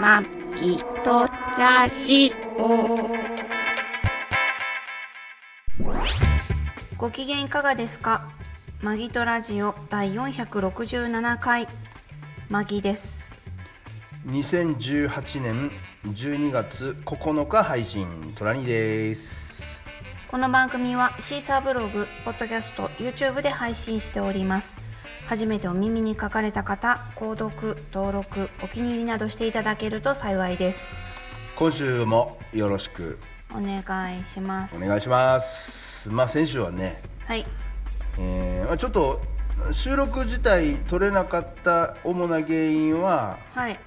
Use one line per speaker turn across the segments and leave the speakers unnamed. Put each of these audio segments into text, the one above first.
まきとラジオ。
ご機嫌いかがですかマギトラジオ第467回マギです
2018年12月9日配信トラニです
この番組はシーサーブログ、ポッドキャスト、YouTube で配信しております初めてお耳に書かれた方、購読、登録、お気に入りなどしていただけると幸いです
今週もよろしく
お願いします
お願いしますまあ先週はね、
はい
えーまあ、ちょっと収録自体取れなかった主な原因は
はい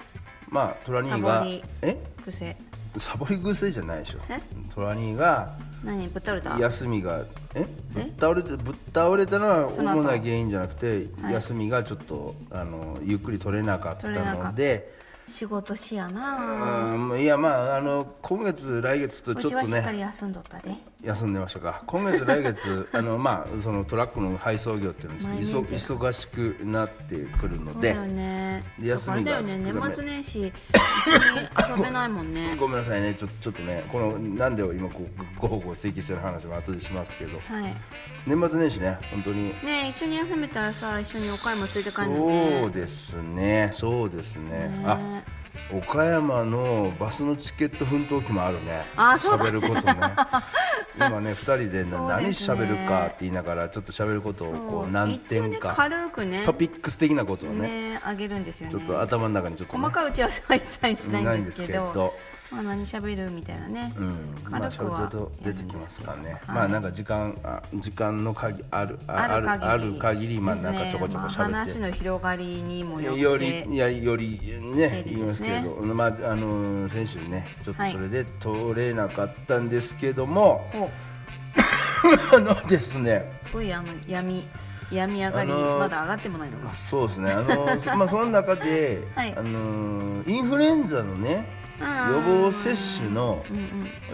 まあトラニーが
サボり
え
癖
サボり癖じゃないでしょ
え
トラニーが
何ぶっ倒れた
休みがえぶ
え
っ倒れてぶっ倒れたのは
そ
主
の
な
後
原因じゃなくて、
はい
休みがちょっとあのゆっくり取れなかった
取れなかっ
の
た
で
仕事しや
う
なあ
んいやまああの今月来月と
う
ちょ
ち
っ
は
と
しっかり
ね
休んどったで
休んでましたか今月 来月あのまあそのトラックの配送業っていうのは
前
ちょ
メ
っ
ン
と
テナンス
忙忙しくなってくる
そ
の
うだ
で
よね
で
だからあれだよね
休みが少なめ
年末年始一緒に遊べないもんね
ごめんなさいねちょちょっとねこのなんで今こうごほご請求してる話は後でしますけど
はい
年末年始ね本当に
ねえ一緒に休めたらさ一緒にお買いもついて帰るの
そ
ね
うですねそうですね
ね
あ岡山のバスのチケット奮闘記もあるね
あそうだ
喋る ことね今ね2人でな
そう
何
ですね
喋るかって言いながらちょっと喋ることをこ
そう
う何点
一応ね
か
軽くね
トピックス的なことをね
ねあげるんですよね
ちょっと頭の中にちょっとね、
細かい打ち合わせは一切しないんですけ
ないんです
ど
けど
まあ何喋るみたいなね
うんまあ
軽
ち
く
ょう
は
ど出てきますか
は
ね、
い
まあなんか時間あ時間の限りあるあ
ある限り
ある限りまあ
です
な
ね
んかちょこちょこ
まあ
喋って
話の広がりにもよって
よりやより
整理です
ね
ね
言いますけれど、まああのー先週ねちょっと
はい
それで取れなかったんですけども、
こ
あのですね
うすごいあの闇闇上がり、
あのー
まだ上がってもないのか
そうですねあ のーそまあその中で、
はい
あのーインフルエンザのね予
あー
防接種の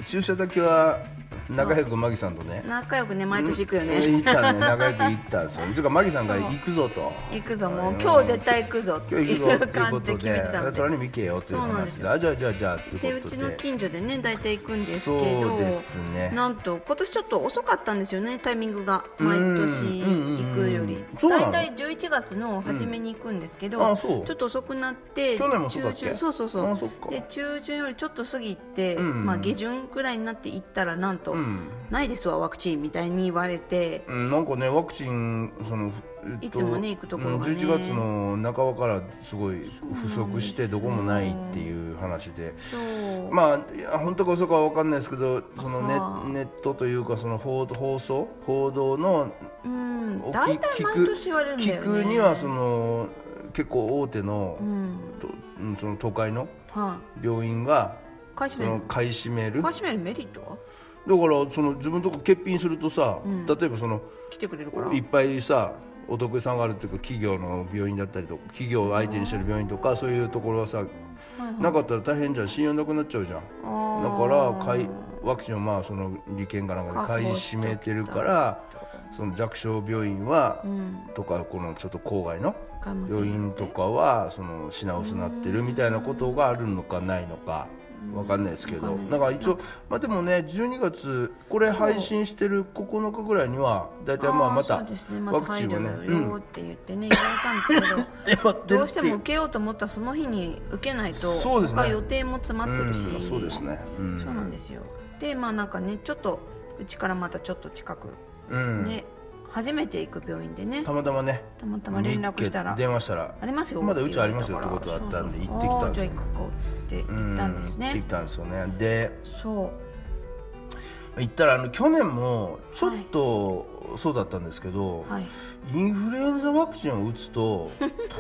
注射だけは仲良くマギさんとね
仲良くね毎年行くよね、
行った ね仲良く行ったんですよ。ていうかマギさんが
そう
行くぞと。
行くぞもう今日絶対行くぞって
今日
い
行くぞ
う
っていう
感
こ
じで
と
決め
で
てたんで
トラにも行けよってい
そう
う
なんで
話
す
で
よ
あじゃあじゃあじゃあっていうこと
で
で
うちの近所でね大体行くんですけど
そうですね
なんと今年ちょっと遅かったんですよねタイミングが毎年
うん
行くよ
う
り
んそうな
大体
の
11月の初めに行くんですけど、
うんあそう
ちょっと遅くなって
去年もそうだっけ
中旬そうそうそう
あそっか
で中旬よりちょっと過ぎて、
ん
まあ、下旬ぐらいになって行ったらなんと、
うん
ないですわワクチンみたいに言われて
うん、なんかねワクチンその、え
いつもね行くところが
う
ね
ん11月の半ばからすごい不足してどこもないっていう話で。
そう
まあいや本当か嘘かは分かんないですけどその
はあ
ネネットというかその報放送報道の
うん
おき
大体毎年言われるんだよ
聞
ね
くにはその結構大手の,
うん
と、うん、その都会の
は
病院が
い買い占
そ
め
の
る
買い占めるだ
買い
か
占めるメリットは
らその自分のとこ欠品するとさ、例えばその
来てくれるから
いっぱいさお得意さんがあるっていうか企業の病院だったりとか企業を相手にしてる病院とかそういうところはさ、なかったら大変じゃん信用なくなっちゃうじゃん
あ
だ
ー
から買いワクチンをまあその利権かなんかで買い占めてるからその弱小病院は、
うん
とかこのちょっと郊外の
買いません
病院とかはその品薄になってるみたいなことがあるのかないのかわかんないですけどだから一応まあでもね12月これ配信してる9日ぐらいには大体まあ
ー
また
そ
ワ
うですねまた
ク
入
チンを
る
ね
よ
うん
ーって言ってね言われたんですけ
でまあ
どどうして
出
も
るっ
受けようと思ったらその日に受けないと
そうですね
他予定も詰まってるし
うんそうですねうん
そうなんですよでまあなんかねちょっとうちからまたちょっと近く
うん
で初めて行く病院でね
たまたまね
たまたま連絡したら
日経電話したら
ありますよ
まだうちありますよ
っ
って
言
てこ
われ
と
たから
だったんで行ってきたんです
そうそうそうあーじゃ
よ
あ行くかっつって行ったんです
うん行って
ね
きたんですよねで
そう
行ったらあの去年もちょっとそうだったんですけど、
はい
インフルエンザワクチンを打つ と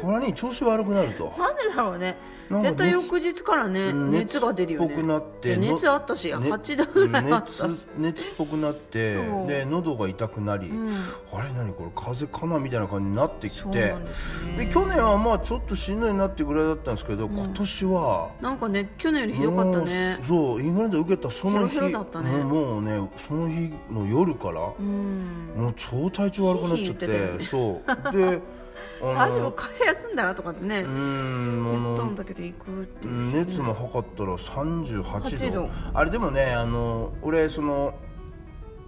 虎に調子悪くなると
なんでだろうね
なんか
絶対
熱
翌日からね熱が出るよね
熱っぽくなって
いや
の
熱あったし
ね
8度ぐらいあったし
熱熱っぽくなって
そう
で喉が痛くなり、
ん
あれ何これ風邪かなみたいな感じになってき
そう
て
なんですね
で去年はまあちょっとしんどいなってぐらいだったんですけど、今年は
なんかね去年よりひどかったね
もうそうインフルエンザ受けたその日
ヘロヘロだったね
もうもうねその日の夜から、
うん
もう超体調悪くなっちゃって
ヒーヒー言ってたよね
そうで あの
私も会社休んだらとかってね
うーん
言
も
ったん
う
だけど行くって
熱も測ったら38
8
度
度
あれでもねあの俺その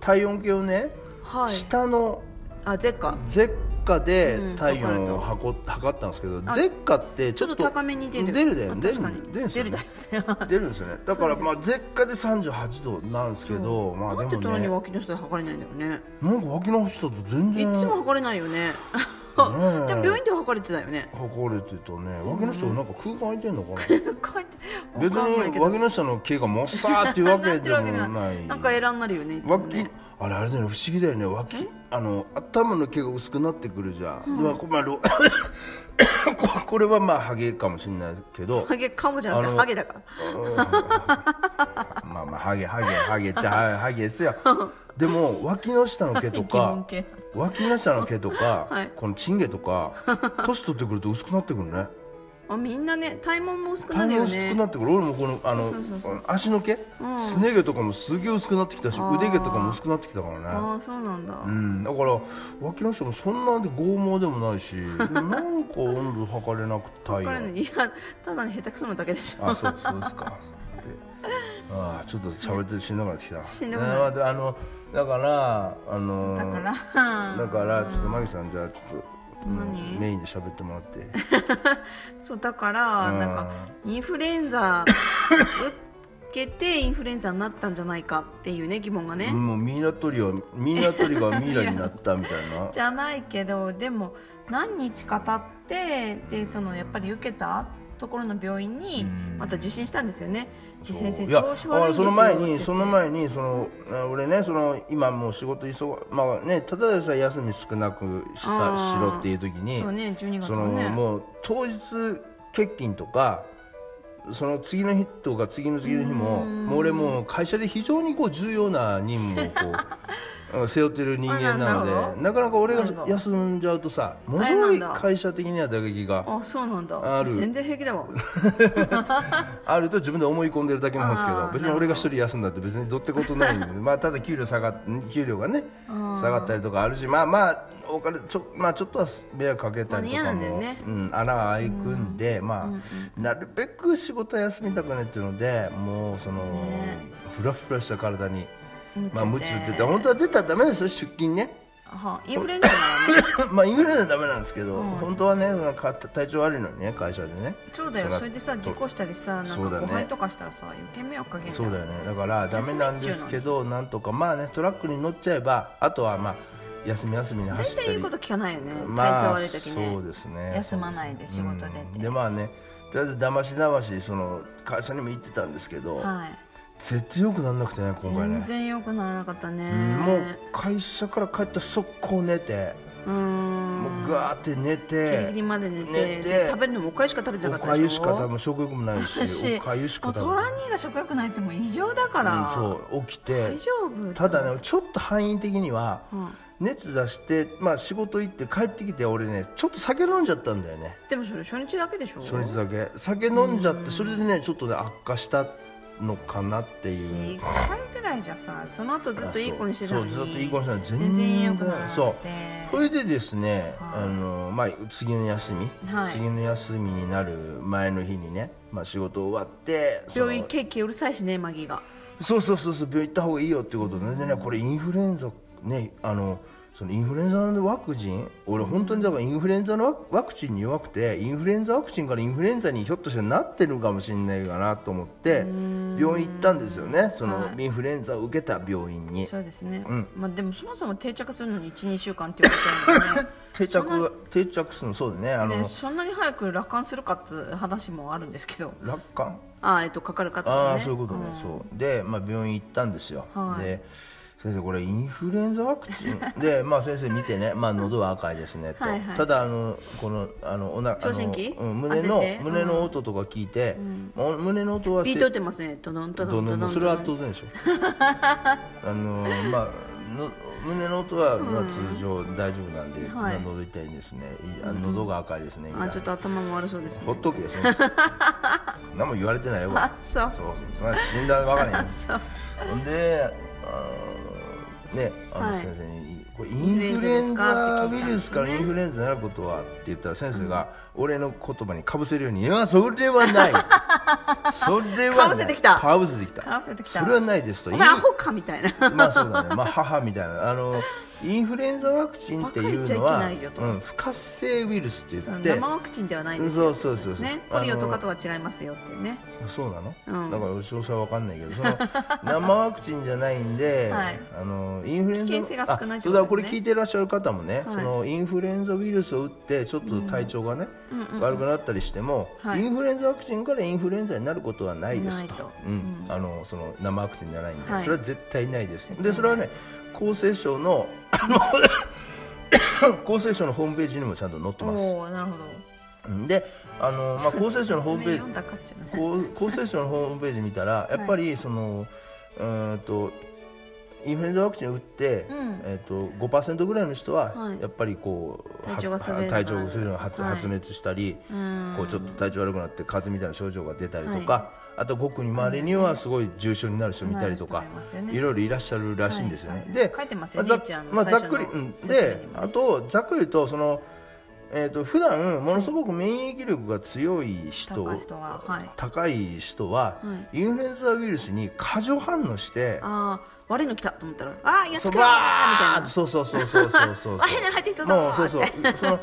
体温計をね、
はい
下の
あゼッカ
舌下で
うん
体温を
わ
測測ったんですけど舌下ってち
ち
ょ
ょ
っ
っ
と
と高めに出る
出るだよ
あ
ね出る
確かに
出るんですよね
だよね
出るんですよ ねだからまあ舌下で38度なんですけどまあ
なんで
でもね
隣に
なんか
脇の人で測れないんだよね
脇の人と全
い
然
つも測れないよね
え
でも病院では測れてたよね
測れてたね脇の人なんか空間空いてん のかな
書いて
別
わかんない
に
けど
脇の下の毛がもっさーっていうわけでも
ん
な
ないなんかエラになるよねいつも
脇
ね
あれあれだよね不思議だよね脇あの頭の毛が薄くなってくるじゃん、でまあこまあろ ここれはまあハゲかもしれないけど
ハゲかもじゃなく
あ
て
の
ハゲだから
まあまあハゲハゲハゲっち ゃハゲハゲですよでも脇の下の毛と
疑問
か
系
脇の下の毛とか、
はい
このチン毛 とか年取ってくると薄くなってくるね
あみんなね体毛も薄くな
体
る
毛
よ
薄
ね
くなってくる俺もこのあの
そうそうそう
この足の毛、すね毛とかもすげえ薄くなってきたし
あー
腕毛とかも薄くなってきたからね
ああそうなんだ
うん、だから脇の下もそんなんで剛毛でも ないしなんか温度測れなくて体
彼
温
のいやただの下手くそなだけでしょ
あそうそうですか。でああちょっと喋ってるしんどくなって きた。
しんどく
ね
なる
まあであのだからあの
だから
だからちょっとマギさんじゃあちょっとうん
何
メインで喋ってもらって。
そうだから
うん
なんかインフルエン ザ受けてインフルエンザになったんじゃないかっていうね疑問がね、
もうミイラ取りはミイラ取りがミイラになったみたいな。
じゃないけどでも何日か経ってでそのやっぱり受けたところの病院にまた受診したんですよねで先生
いや
調子悪いんです
そ
よ
の前
って言っ
に
て
その前にそのあ俺ねその今もう仕事忙まあねただでさえ休み少なくしさ
あー
しろっていう時に
そうね12月
そ
は
の
ね
もう当日欠勤とかその次の日とか次の次の日ももう俺もう会社で非常にこう重要な任務をこ ううん背負ってる人間なの
あなるほ
で
ど
なかなか俺が
なるほど
休んじゃうとさものす
大
ごい
変なんだ
会社的には打撃が
あそうなん
あ
だ
る
全然平気だわ
あると自分で思い込んでるだけなんですけ
あ
ど
ー
別に俺が一人休んだって別にどうってことないんでまあただ給料下がっ給料がね下がったりとかあるしまあまあお金ちょ,、まあ、ちょっとは迷惑かけたりと
ま
か
あ嫌なんだよ
も、
ね
うん、穴が開くんで、まあ、なるべく仕事は休みたくないっていうのでもうその、フラフラした体に。まあ、無知打ってて本当は出たらダメですよ出勤ね
はインフルエンザなら ね
まあインフルエンザはダメなんですけど、本当はねなんか体調悪いのにね会社でね
そうだよ
な
それでさ事故したりさなん
そうだ
か誤
ね
配とかしたらさ余計迷惑かけんじゃ
そうんだよねだからダメなんですけどなんとかまあねトラックに乗っちゃえばあとはまあ休み休みに
大
走っ
体
た
言
り
うこと聞かないよね、
まあ
体調悪い時ね
そうですね
休まないで仕事出て
うんでまあねとりあえずだましだましその会社にも行ってたんですけど、
はい
絶対良くならなくてね今回
全
ね
然良くならなかったね
もう会社から帰ったら速攻寝て、
うーん
もうガーって寝
ギリ
て
ギリまで寝て
寝て
で食べるのもおかゆしか食べてなか
お
った
かゆ
でし
し
ょ
か多分食欲もないし
私
おかゆしか
もう
多
ト
分
ラ兄が食欲ないってもう異常だか
うん
ら、
そう起きて
大丈夫
ただねちょっと範囲的には、
うん
熱出して、まあ、仕事行って帰ってきて俺ねちょっと酒飲んじゃったんだよね
でもそれ初日だけでしょ
初日だけ酒飲んじゃってそれでねちょっとね悪化したのかなっていう
1回ぐらいじゃさその後ずっといい子にしてたのに
そうずっといい子にしてたのに全然
全然良くならなくて
そうそれでですね、あのまあ、次の休み、
はい
次の休みになる前の日にね、まあ、仕事終わってその
病院ケーキうるさいしねマギが
そうそうそうそう病院行った方がいいよってことで,、でねこれインフルエンザねあのそのインフルエンザのワクチン俺本当にだからインフルエンザのワワクチンに弱くてインフルエンザワクチンからインフルエンザにひょっとしてなってるかもしれないかなと思って病院行ったんですよねその、インフルエンザを受けた病院に
そうですね、
ん
まあ、でもそもそも定着するのに12週間って言われてるのね
定着定着するのそうだねあの、
ね、そんなに早く楽観するかっつう話もあるんですけど
楽観
ああえっとかかるかと
あ
か
あ、
ね
そういうことね、そうで、まあ、病院行ったんですよ、
はい
で先生これインフルエンザワクチン で、まあ、先生見てね、まあ、喉は赤いですねと
はいはい
ただあのこのあのおなあ
聴診器
の、うん、胸
当
の
てて
胸の音とか聞いて、お胸の音は
ビー
せ
ト打ってますねドドンドド
ど
ン
の
ドドン
それは当 然でしょあのまあの胸の音は、まあ、通常大丈夫なんで、まあ
はい
喉痛いんですねいいあ喉が赤いですね、みたい
あ
な
ちょっと頭も悪そうです
ほっ
ね
とけよ先生 何も言われてないよ
あそう
そうそうそんな診断分かんない
そう
ほんであねあの
はい
先生に、これインフルエンザウイルスからインフルエンザになることはって言ったら先生が俺の言葉にかぶせるように「いやそれは ない」それはない
かぶせてきた
かぶせてきた
かぶせてきた
それはないですと
お前アホかみたいな
まあそうだね、まあ、母みたいなあのインフルエンザワクチンっていうの
バ
は
カ言っちゃいけないよと
うん、不活性ウイルスって言
そう
って
生ワクチンではないです
そうそうそうそう、
ねポリオとかと
は
は違いますよってね
そうなの、
うん
だから詳細は分かんないけどその 生ワクチンじゃないんで、
はい
あのインフルエンザ
危険性が少ない
あ
ってことですね
そうだこれ聞いてらっしゃる方もね、
はい
そのインフルエンザウイルスを打ってちょっと体調がね、
うんうんうん
悪くなったりしても、
はい
インフルエンザワクチンからインフルエンザになることはないですと
ないと
うんあのその生ワクチンじゃないんで、
はい
それは絶対ないです
対ない
でそれはね厚生省のあの 厚生省のホームページにもちゃんと載ってます
おおなるほど
うんであの、まあ、厚生省のホーム
説
ページ
明読んだかっちゃうね
こう厚生省のホームページ見たらやっぱりその、うーんとインフルエンザワクチンを打って、
うん
えー、と5%ぐらいの人は
はい
やっぱりこう、
体調が優れなくな
体
る
調が優れなく発
はい
発熱したり、
うん
こうちょっと体調悪くなって風邪みたいな症状が出たりとか、あとごくにまれにはすごい重症になる人見たりと
な
か、
る人もいますよね
いろいろいらっしゃるらしいんですよね。
はいはい
で
書いてますよね
ざ
一応あの
まあ、ざ
最
っ
初の
くり、うん、
説明
で
にもね
あとざっくり言うとその、えー、と普段ものすごく免疫力が強い人
高い人ははい
高い人は、
は
インフルエンザウイルスに過剰反応して
ああ悪いの来たと思ったらああやっ
そ
つ
う
けろーみたい
バーッ
な
とそうそうそうそうそうそう
あ変なの入ってきたぞー
もうそうそうその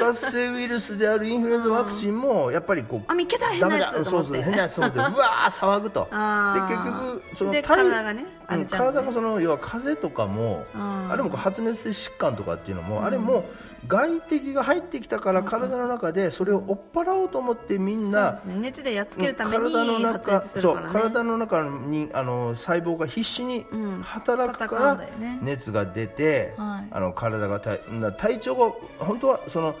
活性ウイルスであるインフルエンザワクチンもやっぱりこう
あ見っけた変なやつ
ダメ
と
だそ
思
う
って
そう変なやつと思ってうわ ー騒ぐとで
あー
結局その
で
体
体がね荒
うん
れちゃうのね
体がその要は風邪とかも
あー
あれもこう発熱性疾患とかっていうのもあれも外敵が入ってきたから体の中でそれを追っ払おうと思ってみん
そう
な
ですね熱でやっつけるために
体の
発
中
熱する
そう
からね
体の中にあの細胞が必死に
うん
働くか
戦うんだよ
ら
ね
熱が出て、
はい
あの体が体な体調が本当はその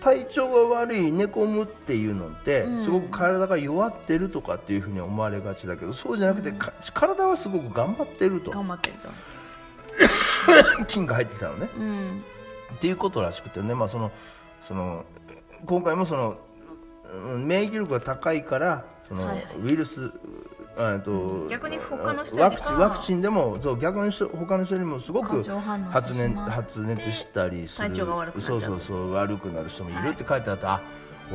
体調が悪い寝込むっていうのって、
うん
すごく体が弱ってるとかっていうふうに思われがちだけどそうじゃなくて、か体はすごく頑張ってると
頑張ってると
菌が入ってきたのね。
うん
っていうことらしくてね、まあ、そのその今回もそのうん免疫力が高いからその、
はいはい
ウイルスあえっと
逆に他の人よ
ワ
り
ク
か
チンワクチンでもそう逆に人他の人よりもすご
過
く
剰反応して
発熱
しまって
発熱したりする
体調が悪くなっちゃ
そううそうそう悪くなる人もいるって書いてあった、あ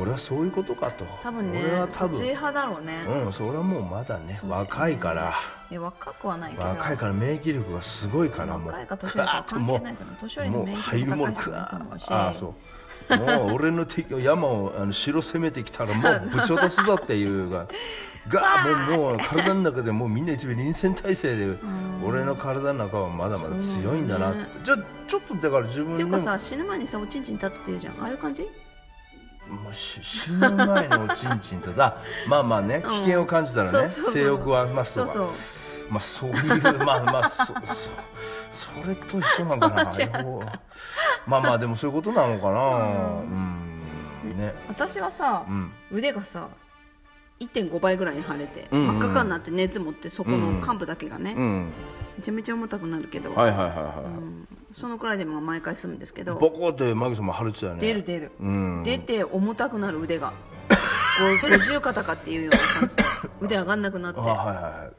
俺はそういうことかと
多分ね
俺は
そ
多
っち
分
派だろうね
うんそれはもうまだね
そうだよね
若いから
いや若くはないけど
若いから免疫力がすごいからもう
若いか年寄りか関係ないと思う年寄りの
もう
免疫
入
力
るも
高
の
い人もいると
くわ
思うし
ああそうもう俺の敵を山をあの城攻めてきたらもうぶち落とすぞっていう ががもうもう体の中でもうみんな一番臨戦態勢で俺の体の中はまだまだ強いんだなって、
そうね
じゃあちょっとだから自分
っ
の
ていうかさ死ぬ前にさおちんちん立つって言うじゃんああいう感じ
もうし死ぬ前のおちんちんとだまあまあね危険を感じたらね、
そうそうそう
性欲は増すと
そう
か
そう
まあそういうまあまあそそそれと一緒なんか なようまあまあでもそういうことなのかなうん、ね
私はさ
うん
腕がさ1.5倍ぐらいに腫れて
うんうん
真っ赤かになって熱持ってそこの幹部だけがね
うん
めちゃめちゃ重たくなるけど
はいはいはいはい、
うんそのくらいでも毎回済むんですけど
ボコってマギさんも腫れてたよね
出る出る
うん
出て重たくなる腕 がこう五十肩かっていうような感じで腕上がんなくなっ
あ
て
はいはいは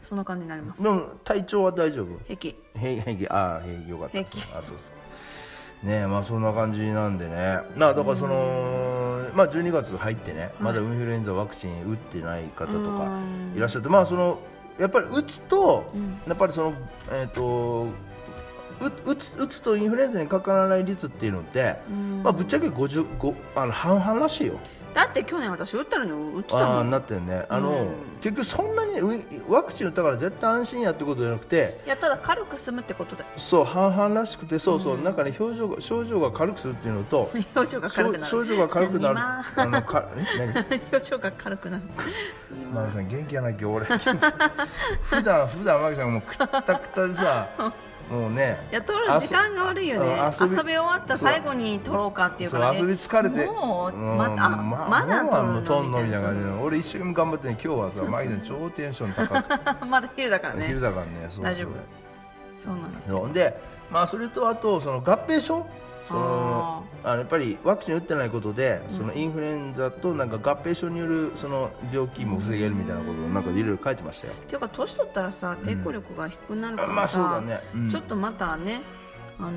そんな感じになります
いでも体調は大丈夫
平気
平平気ああ平気よかったです
平
あそうですねえまあそんな感じなんでねまあだからそのまあ12月入ってねまだインフルエンザワクチン打ってない方とかいらっしゃってまあそのやっぱり打つと、やっぱりそのえっ、とう打つ打つとインフルエンザにかからない率っていうのって、まあ、ぶっちゃけ50ごあの半々らしいよ
だって去年私打ったのに打ってた
あ
も
あ
ん
なってるねあ
う
の、
ん
結局そんなにウイワクチン打ったから絶対安心やってことじゃなくて
いやただ軽く済むって ことだよ
そう半々らしくてそうそう、なんかね表情が症状が軽くするっていうのと
表情が軽くなる
症症状が軽くなる
何
あのかえ何
今 表情が軽くなる
マギさん元気やなきゃ俺元気普段普段マギさんもうくったくたでさもうね
いや撮る時間が悪いよね
あそ
遊
う
び
遊び
終わった最後に撮ろうかっていう
そ
から
う
ね
遊び疲れて
もう
うん
またあまだ
もうあ
撮
撮
る
ん
の
の
み
み
た
た
いな
いな感じで俺一生懸命頑張ってね今日はさマギさん超テンション高くて
そうそう まだ昼だからね
昼だからねそうそう
大丈夫そうなんですよ
そうでまあそれとあとその合併症そのあのやっぱりワクチン打ってないことでそのインフルエンザとなんか合併症によるその病気も防げるみたいなことをなんかいろいろ書いてましたよ
っていうか年取ったらさ抵抗力が低くなるか
あま
ら
あそうだ
さ、
ねうん
ちょっとまたね あの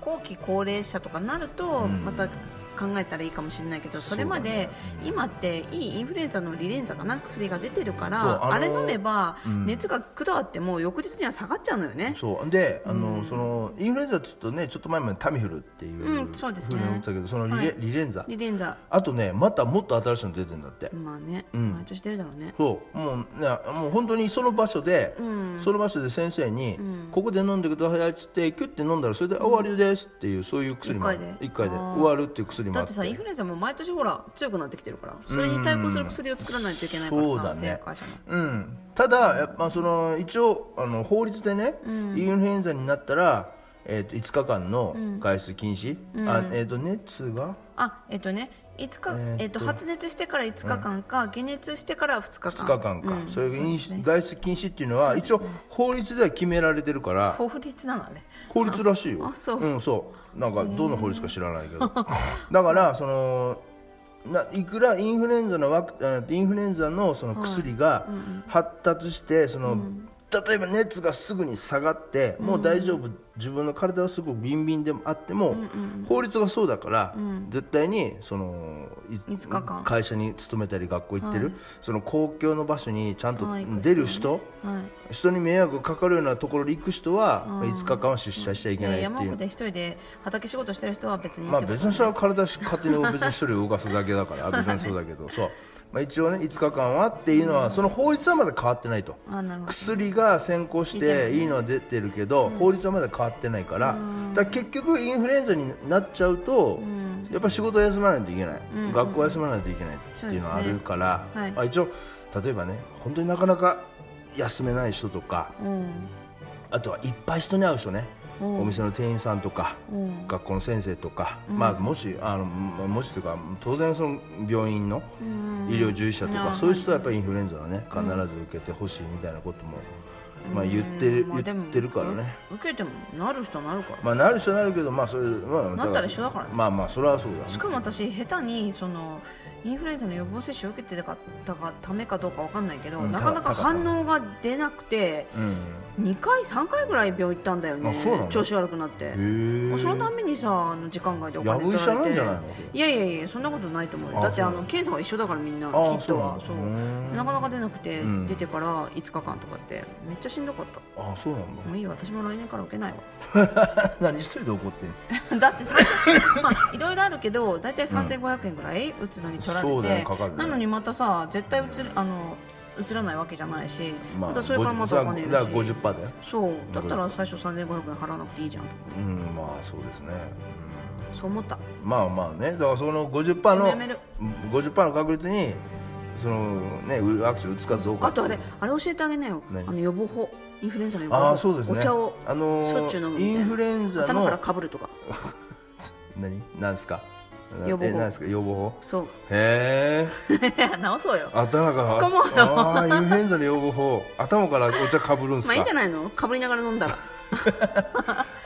後期高齢者とかなると
うん
また考えたらいいかもしれないけどそれまで、
そうだね
今っていいインフルエンザのリレンザかな薬が出てるから
そうあ
あ
の
れ飲めば
うん
熱が下っても翌日には下がっちゃうのよね、
そうであの、そのインフルエンザって言うとねちょっと前までタミフルっていうふうに
うんそう
思っ
で
て
す
た
ね
けどそのリレ,、
はい
リレンザ
リレンザ
あとねまたもっと新しいの出てんだって、
まあね、
うん
毎年出るだろうね
そうもうねもう本当にその場所で、
うん
その場所で先生に、
うん
ここで飲んでくださいっつってキュッて飲んだらそれで終わりですっていうそういう薬もある
一回で
一回で
あー
終わるっていう薬も
だ
あ
っ
って
てさインフルエンザも毎年ほら強くなってきてるからそれに対抗する薬を作らないといけないから
うんそう
さ
だね
製薬会社も
うん、ただやっぱその一応あの法律でね、インフルエンザになったら、えー、と5日間の外出禁止、あえー、と熱が
あえっとね5日、え
えーっと
っと発熱してから5日間か、解熱してから2日間
2日間か、
うん
それが
う
飲
で
酒
すね
外出禁止っていうのは一応法律では決められてるから
法律なのね
法律らしいよ、
あそうん
そうなんかどの法律か知らないけど だからそのないくらインフルエンザのワクえーインフルエンザのその薬が発達してその、例えば熱がすぐに下がってもう大丈夫、自分の体はすごくビンビンでもあっても、法律がそうだから、絶対にそのい
5日間
会社に勤めたり学校行ってる、その公共の場所にちゃんと
はい行く人ね
出る人、
はい
人に迷惑がかかるようなところに行く人は5日間は出社しちゃいけない
や
っ
山
てい
奥
う
で一人で畑仕事してる人は別に
まあ
ってこ
別
と
にそれは体し勝手に別に一人動かすだけだから別に そうだけどそう、まあ、一応ね5日間はっていうのはその法律はまだ変わってないと
あなるほど
薬が先行していいのは出てるけど法律はまだ変わってないからだから結局インフルエンザになっちゃうとやっぱ仕事休まないといけない学校休まないといけないっていうのはあるから
そうですねはい
まあ一応例えばね本当になかなか休めない人とか
うん
あとはいっぱい人に会う人ね、
うん
お店の店員さんとか、
うん
学校の先生とか、まあ、もしあのももしというか当然その病院の医療従事者とか、
うん
そういう人はやっぱりインフルエンザはね必ず受けてほしいみたいなことも、まあ、言ってる、
まあでも
言ってるからね。
受けてもなる人はなるから、
まあ、なる人はなるけど、まあ、それ、まあ、
なったら一緒だからね
まあ、まあ、それはそうだ、ね。
しかも私下手にそのインフルエンザの予防接種を受けてたかったがためかどうかわかんないけど、
うん
なかなか
たかったね
反応が出なくて
うん。
2回3回ぐらい病院行ったんだよね
あそうなの
調子悪くなって
へえ。
そのためにさあの時間外でお金
やぶ医者なん
取
じゃ
ら
ない
れ
の
ていやいやいやそんなことないと思うよ
あ
だってあ
そうな
の
の
検査が一緒だからみんなキ
あ
ットは
そ
そうう
なのうん
なかなか出なくて、
うん
出てから5日間とかってめっちゃしんどかった
あ、そうなんだ。
もういいよ私も来年から受けないわ
何一人で怒ってんの。
だってさ まあいろいろあるけど大体3500円ぐらい打つのに取られて、
そうだよかかるね
なのにまたさ絶対うつるあの移らないわけじゃないし、ま
あ
たそれからまたお金いるし
だから50%だよ。
そうだったら最初3500円払わなくていいじゃん
うん、まあ、そうですね。うん
そう思った
まあまあねだからその50%
や
の
める
50%の確率にそのねうワクチン打つかどうか
あとあれあれ教えてあげなよ
何
あの予防法インフルエンザの予防法
ああそうですね
お茶を
あのー
しょっちゅう飲むみたい
イ
な
ンフルエンザ
頭から
の
かぶるとか
何なんですか
予防法
えなんですか予防法
そう
へえ
治そうよ
頭から
突っ込もうよ
ああインフルエンザの予防法頭からお茶かぶるんです
ま
か、
あいいんじゃないのかぶりながら飲んだら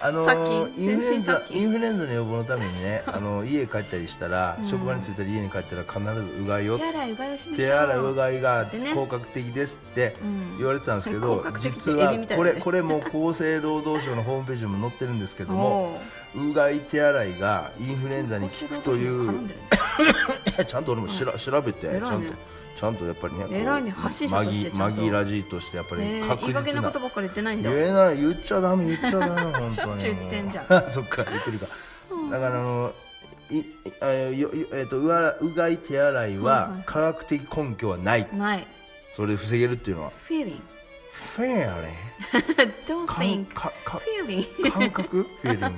あの
殺菌
インフルエンザ
全身殺
イ
菌
ンフルエンザの予防のためにねあの家帰ったりしたら、職場に着いたら家に帰ったら必ずうがいを
手洗いうがいをしましょう
手洗いうがいが
でね
効果的ですって言われてたんですけ
う
ど、
ん効果的って
実
エビみた
はいこ
だ
れ
ね
これも厚生労働省のホームページにも載ってるんですけども
おう
うがい手洗いがインフルエンザに効くとい
絡ん
う
でるね
ちゃんと俺もしら、調べて、
偉いね
ちゃんとちゃんとやっぱりねこう
偉いね発信者としてちゃんと
マギマギラジーとしてやっぱり
ねえ
確
いい加減
実
な
な
ことばっかり言ってないんだ
言えない言っちゃダメ言っちゃ ダメ本当に
しょっちゅう言ってんじゃん
そっか言ってるかだからあのいいあよよえっとうがうがい手洗
はい
い
は
はい科学的根拠はない
ない
それで防げるっていうのは
feeling
フェアリ
don't think
ーかか
feeling い
か感覚フェアリングって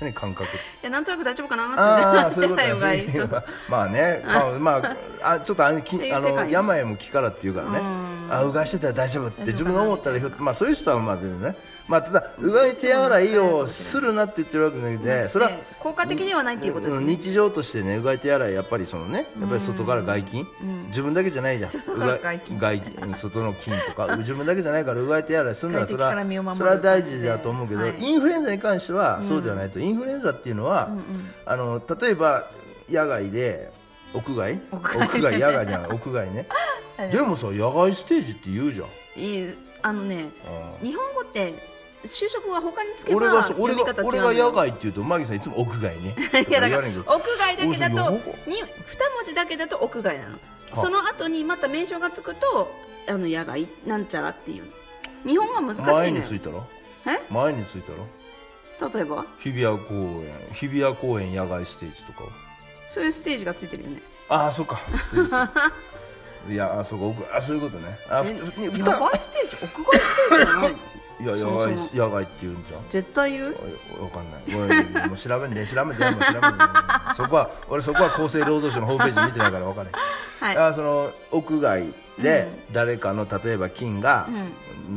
何感覚って
やなんとなく大丈夫かな
あ
っ
あ
て
そ
ね
ういうこと
手洗いうが
ね
いそうそう
まあねまあまああちょっとあのき
っていう
あ
世界
の病も気からっていうからね
うん
あうがいしてたら大丈夫って
大丈夫
自
かな
分が思ったらひょっまあそういう人はまあ別にねまあただうがい手洗いをするなって言ってるわけじゃなくてそれは
ね効果的ではないっていうことです
うん
ね
日常としてねうがい手洗いやっぱりそのねやっぱり外から外菌、自分だけじゃないじゃん
外から外菌
うがい外菌外の菌と か自分だけじゃないからうがい手洗いするのはそれ
外敵から身を
は
守る
それは大事だと思うけど、
はい
インフルエンザに関してはそうではないと、インフルエンザっていうのは、
うんうん
あの例えば野外で屋外
屋外
野外じゃない屋外ね
はい
でもさ野外ステージって言うじゃん、
いいあのね
うん
日本語って就職は他につけば
俺がそう
読
俺
み
が
方違うん
俺
だよ
が野外っていうとマギさんいつも屋外ね
いやだから
とか言わないけ
屋
ど
外だけだと
おうそう
に2文字だけだと屋外なの
あ
その後にまた名称がつくとあの野外なんちゃらっていう日本語は難し
前
いの
に
よ
ついたろ
え
前についたろ
例えば
日比谷公園日比谷公園野外ステージとかは
そういうステージがついてるよね
ああそうか失礼ですいやあそうか屋あそういうことねあふふにふ
野
た
外ステージ屋外ステージじゃない の
いや
そ
野
もそも
外野外って言うんじゃん
絶対言う
わかんないごめん。もう調べんで、調べんで、もう調べんで。そこは、俺そこは厚生労働省のホームページ見てないから分かんない。
はい
あその屋外で誰かの例えば菌が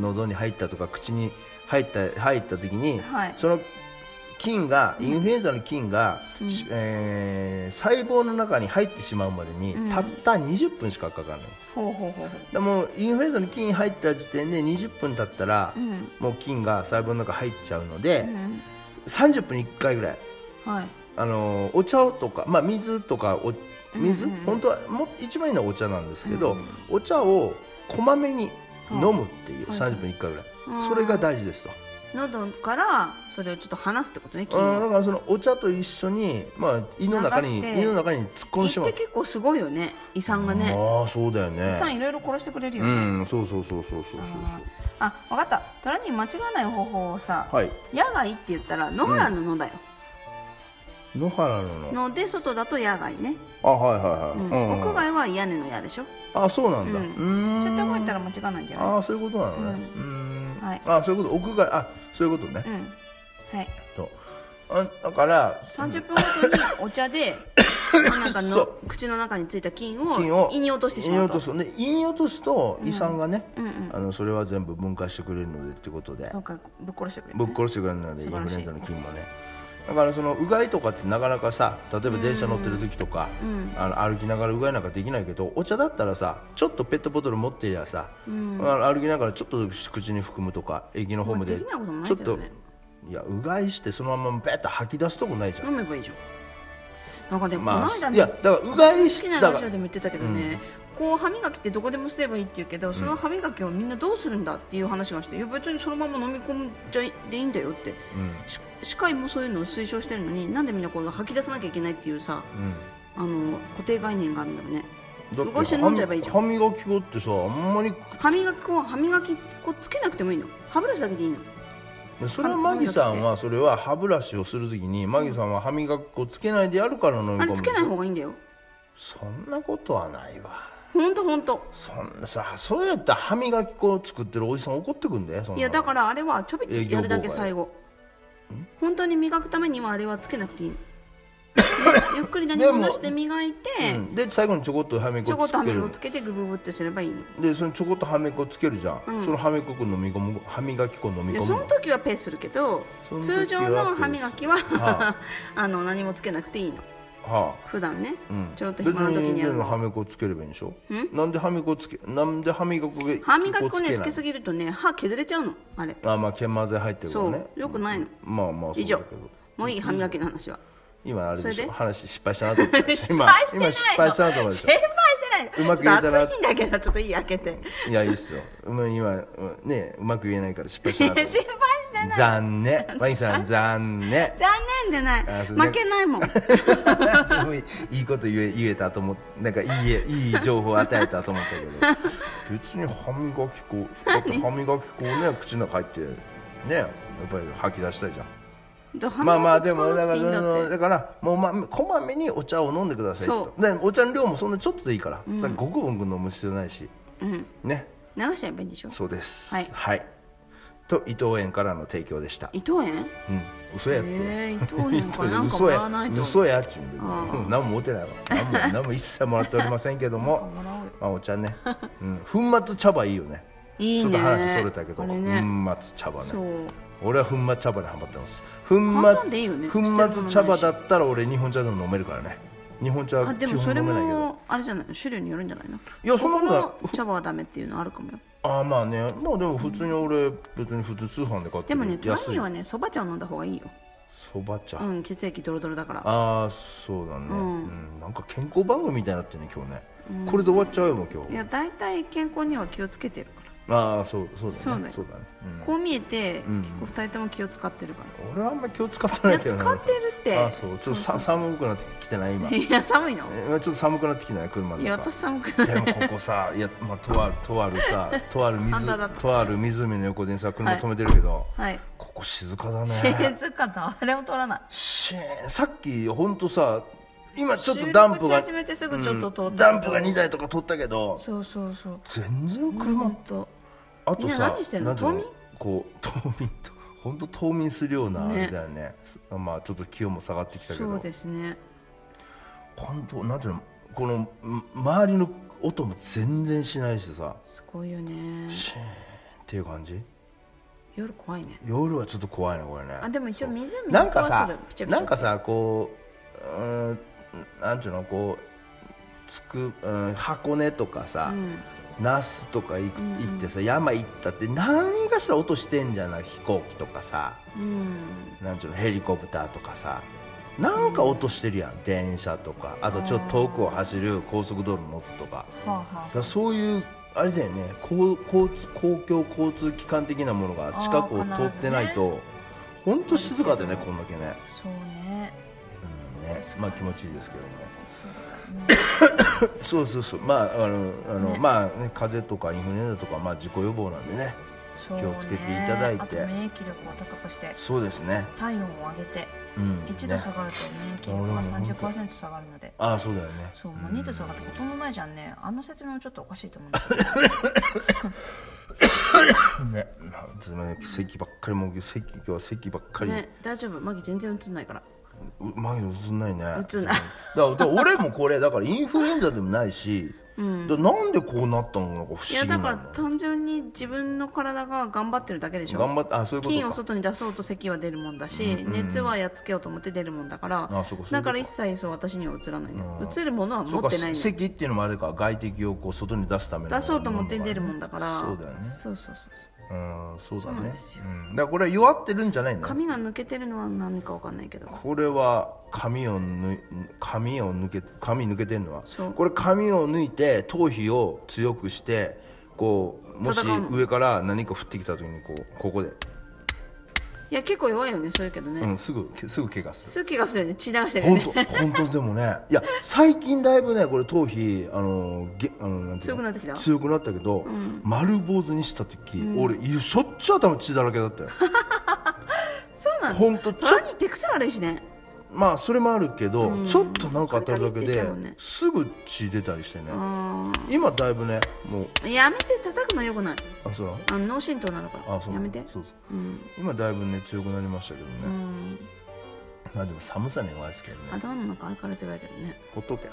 喉に入ったとか口に入った入った時に、
はい
その菌がインフルエンザの菌が、しえー細胞の中に入ってしまうまでに、
うん
たった20分しかかからないんです
ほうほうほうほ
でもインフルエンザの菌入った時点で20分経ったら、
ううん
もう菌が細胞の中入っちゃうので、
うん
30分に1回ぐらい
はい
あのお茶とか、まあ、水とかお
う
水、
んうんうん
本当はもう一番いいのはお茶なんですけど、
うんうん
お茶をこまめに飲むっていう、
はい
30分1回ぐらい、
うん
それが大事ですと、
喉からそれをちょっと離すってことね菌
うんだ
を
からそのお茶と一緒に、まあ、胃の中に
流して
胃の中に突っ込ん
胃
で
っ
しまう
て結構すごいよね胃酸がね
ああそうだよ
胃酸
ね
いろいろ殺してくれるよ
う
ね、
んそうそうそうそうそうそう
あ分かった虎に間違わない方法をさ、
はい
野外って言ったら野原の野だよ、
野原のの
ので外だと野外ね、
あはいはいはい、
うん
うんうん
屋外は屋根の屋でしょ
あそうなんだ、
う
うんーん、
そうやって覚えたら間違わないんじゃない
ああそういうことなのね、うーん
はい
あそういうこと屋外あそういうことね、
うんはい
そうあだから
30分ごとにお茶 でなんか
そ
の
う
口の中についた菌
菌
を
を
胃に落としてしまうと
胃に落とすで胃に落とすと胃酸がね、
うんうん
あのそれは全部分解してくれるのでってことで、
なんかぶっ殺してくれる、
ぶっ殺してくれるのでイ
素
ン
晴
フ
らしい
ルエンザの菌もねだからそのうがいとかってなかなかさ例えば電車乗ってる時とか、
うん
あの歩きながらうがいなんかできないけどお茶だったらさちょっとペットボトル持ってりゃさ、
うん
まあ歩きながらちょっと口に含むとか駅のホームで
まあできないこともない
ちょっ
けど
と、
ね
いやうがいしてそのままベッと吐き出すとこないじゃん、
飲めばいいじゃんなんかでもこ
ま
の間
あ
ね
いやだからうがい
好
し
きな
だ
ラ
か
ジ
ら
オでも言ってたけどね、こう歯磨きってどこでもすればいいって言うけどその歯磨きをみんなどうするんだっていう話がして、いや別にそのまま飲み込んじゃいでいいんだよって
うん
し歯科医もそういうのを推奨してるのになんでみんなこう吐き出さなきゃいけないっていうさ
うん
あの固定概念があるんだろうね
だって
動かして飲んじゃえばいいじゃん
歯磨き粉ってさあんまり
歯磨き粉は歯磨き粉つけなくてもいいの歯ブラシだけでいいの
それはマギさんはそれは歯ブラシをするときにマギさんは歯磨き粉つけないでやるから飲み込む
あ
ん
れ
で
つ
し
け
ょ
ない方がいいんだよ
そんなことはないわ
ほんとほんと
そんなさそうやったら歯磨き粉を作ってるおじさん怒ってくんだよそんないい
やだからあれはちょびっとやるだけ最後本当に磨くためにはあれはつけなくて いいのゆゆっくり何もなしで磨いて、
うん、で最後にちょこっと歯磨
ち
き
ょ
粉
こっ
つ
と歯
け
磨き
る
をつけてグブグブってすればいいの
でそのちょこっと歯磨き粉つけるじゃん、その歯磨き粉飲み込む歯磨き粉飲み込む
で
の
その時はペーするけど
その時は
通常の歯磨きは、
ペースは
あの何もつけなくていいの
はあ
普段ね、
うん、
ちょっと暇な時にやる
別でも歯
の
磨き粉つければいいんでしょなんで歯磨き粉つけなんで歯磨き粉
歯磨き粉ねつけ
ない
すぎるとね歯削れちゃうのあれ
あまあ研磨剤入ってるか
そ
ら
う、
ね
よくないの
まあまあそう
以上
だけど
もういい歯磨きの話は
今あれで
そ
し
れ
ょ
で
話失敗したなと思 った
失
今
敗してないの
今失敗したなと思ったで し
失敗してないの
うまく言えたな
ちょっと暑いんだけどちょっといい開けて
ょいやいいっすよもう今うんねうまく言えないから失敗し
い
た
や
なと
心配
思っ
してない
た残念マギさん残念
残念じゃない
あそうね
負けない もん
ちょっといいいいこと言え言えたと思っなんかいいえいい情報を与えたと思ったけど別に歯磨き粉だって歯磨き粉をね口の中入ってねやっぱり吐き出したいじゃんまあまあでもだからそのだからもうまこまめにお茶を飲んでくださいと
そ
でお茶の量もそんなちょっとでいいから、だからごくごく飲む必要ないし
うん
ね
流しちゃえばいいんでしょ
そうです
はい
と伊藤園からの提供でした
伊藤園
うん嘘やって、
ええ伊藤園からなんかも
嘘
らわな
や
いと
嘘やっちゅうんですよ
あー
うん何も持てないわ何も何も一切もらっておりませんけど も
もらおうよ
まあお茶ね、うん、粉末茶葉いいよね
いいね
ちょっと話それたけど、
あれね
粉末茶葉ね
そう
俺は粉末茶葉にハマってます粉
簡単でいいよね
粉末茶葉だったら俺日本茶でも飲めるからね日本茶
あ
は
で
基
もそ
本
れ
飲めないけど
もあれじゃないの種類によるんじゃないの
いやそんなことない
ここの茶葉はダメっていうのあるかもよ
ああまあねまあでも普通に俺別に普通通販で買って
でもねトラニー
安い
はねそば茶を飲んだ方がいいよ
そば茶、
うん血液ドロドロだから
ああそうだね、うんんなんか健康番組みたいになってるね今日ね、これで終わっちゃうよもう今
い
日
や大体健康には気をつけてるから
ああそうそうだね
そ
そううだね、
こう見えて、
ん
結構2人とも気を使ってるか
うん、俺はあんまり気を使って
ら、
な
や
いいけど、ね、
使ってるって
ああそうちょっとさ寒くなってきてない今 え
いや寒いの
ちょっと寒くなってきてない車の
いや
中
私寒くない
でもここさいや、まあ、とあるとあるさとある
あん
水
ただった
とある湖の横でさ車止めてるけど、
はい
ここ静かだね
静かだあれも取らない
シーンさっき本当さ今ちょっとダン
収
プが
録し始めてすぐちょっと通ったけど
ダンプが2台とか取ったけど
そうそうそう
全然車、
本当
あと
みんな
さ
何してんの
なんていう
冬眠
こう冬眠と本当冬眠するようなあ
ね
れだよねすまあちょっと気温も下がってきたけ
そう
ど
ですね
本当なんていうのこのん周りの音も全然しないしさ
すごいよね
シーンっていう感じ
夜怖いね
夜はちょっと怖いねこれね
あでも一応湖に
なんか
顔す
さ
るピチャピチャ
なんかさこううーんなんていうのこうつく、うん、箱根とかさ、
うん
那須とか行く行ってさ山行ったって何かしら音してんじゃない飛行機とかさ
うん
なんちゅうのヘリコプターとかさなんか音してるやん、電車とかあとちょっと遠くを走る高速道路の音とか
はあは
だからそういうあれだよね公交通公共交通機関的なものが近くを
あ
通
ー
っ
必ず
てないと、本当静かでねこんだけね,、
あそうね
うん、ねまあ気持ちいいですけどね
そうだね
そうそうそうまああのあの、
ね
まあね風邪とかインフルエンザとか、まあ、自己予防なんでね
そうね
気をつけていただいて
あと免疫力を高くして
そうですね
体温を上げて
うん
1度
ね
下がると免疫力が30%下がるので
ああそうだよね
そうもう2度下がってほとんどないじゃんねあの説明もちょっとおかしいと思うんだけ
ねなんつうのね咳ばっかりもう咳今日は咳ばっか
ど
り、
ね大丈夫マギ全然映んないから
う前に映んないね
映んない
だからだから俺もこれだからインフルエンザでもないし、だからなんでこうなったのかなんか不思
い
議な
や
の
だから単純に自分の体が頑張ってるだけでしょ
頑張ってあそういうことか
菌を外に出そうと咳は出るもんだし、熱はやっつけようと思って出るもんだから
あそうかそういうこと
だから一切そう私には移らないね移るものは持ってないね
そうか咳っていうのもあれか外敵をこう外に出すための
出そうと思って出るもんだから
そうだよね
そうそうそうそう
うんそうだ
そうなん
ね
ですよ
うんだからこれは弱ってるんじゃないの
髪が抜けてるのは何かわかんないけど
これは髪を抜い髪を抜け髪抜けてんのは
そう
これ髪を抜いて頭皮を強くしてこうもし
戦うの
上から何か降ってきた時にこうここで、
いや結構弱いよねそういうけどね、
うん、すぐすぐ怪我する
すぐ気がするよね血流してるよ
本
ね
当本当でもねいや最近だいぶねこれ頭皮あのげあのなんてい
強
うの
くなってきた
強くなったけど、丸坊主にした時、俺しょっちゅう頭血だらけだっ たよ
そうなんだ
本当ちょ
虎に手癖悪いしね
まあそれもあるけど、ちょっとなんか当たるだけ
カリカリってし
で
ちゃうもんね
すぐ血出たりしてね
あ
今だいぶねもう
ーやめて叩くのよくない
あそう
あの脳震盪なるか
あ
ら
そう
やめて
そうそ
う
う
ん
今だいぶね強くなりましたけどね、
うん
まあでも寒さに弱いですけどね
頭の中相変わらず弱いけどね
ほっとけ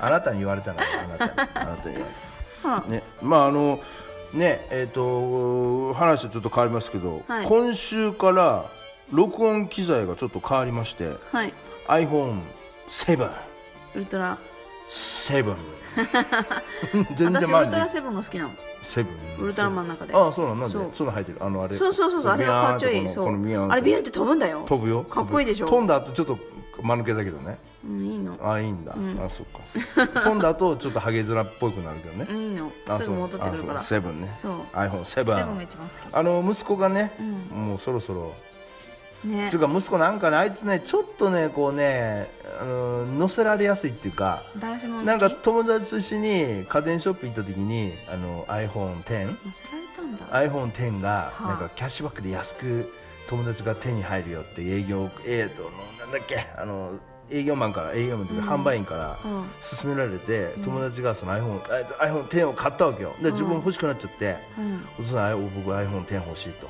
あなたに言われたなあなたにあなたに言われ た
はあ
ね、まああのねえっ、と話はちょっと変わりますけど、
はい
今週から録音機材がちょっと変わりまして
はい
iPhone7
ウルトラ
7全
私ウ
然前
ル
に
トラセブンが好きなの
セブン
ウルトラマンの中で
ああそうなんなんで
そう
その入ってるあのあれ
そうそうそうそうあれがかっちょいい
ビャーンて
そ
このこのビャーンっ
う
て
あれビュンって飛ぶんだよ
飛ぶよ
かっこいいでしょ
飛ぶ飛んだ後ちょっと間抜けだけどね
うんいいの
ああいいんだ、あそっかそっか飛んだ後ちょっとハゲ面っぽくなるけどね
うんいいの
あ
すぐ戻ってくるから
そうあそうセブンね
そう
iPhone セブン
セブンが一番好
あの息子がね、
う
もうそろそろ
きね
つうか息子なんかねあいつねちょっとねこうねあの乗せられやすいっていうか
誰しも
なんか友達と一緒に家電ショップ行った時にあの iPhone10iPhone10
乗せられたんだ
が
はあ
なんかキャッシュバックで安く友達が手に入るよって営業えーとなんだっけあの営業マンから営業マンというか販売員から
うん
勧められて、友達がその iPhone えーと iPhone10 を買ったわけよで自分欲しくなっちゃって、
うん
お父さんあ僕 iPhone10 欲しいと。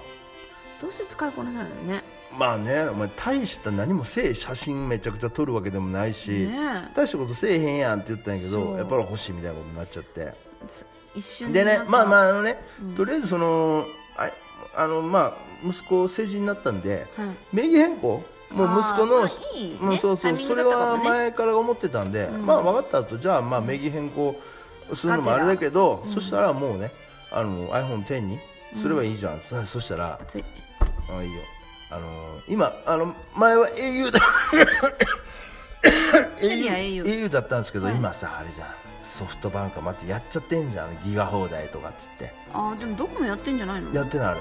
どうして使いこなせないのよね
まあねお前大した何もせえ写真めちゃくちゃ撮るわけでもないし、
ね
大したことせえへんやんって言ったんやけ
そ
ど
う
やっぱり欲しいみたいなことになっちゃって
す一瞬
でね
なんか
まあまああのね、とりあえずそのああのまあ息子成人になったんで、
はい
名義変更もう息子の、
あーまあいいね
もうそうそ
タ
う、
イミン
そ
グだ
れ
ったかも
は
ね
前から思ってたんで、まあ分かったとじゃあまあ名義変更するのもあれだけど、そしたらもうねあの iPhone10 にすればいいじゃん、そそしたら
熱い
あいいよあの今あの前は au だ
キャリア au
au だったんですけど、今さあれじゃんソフトバンク待ってやっちゃってんじゃんギガ放題とかっつって
あーでもどこもやってんじゃないの
やってないあ
あ
れ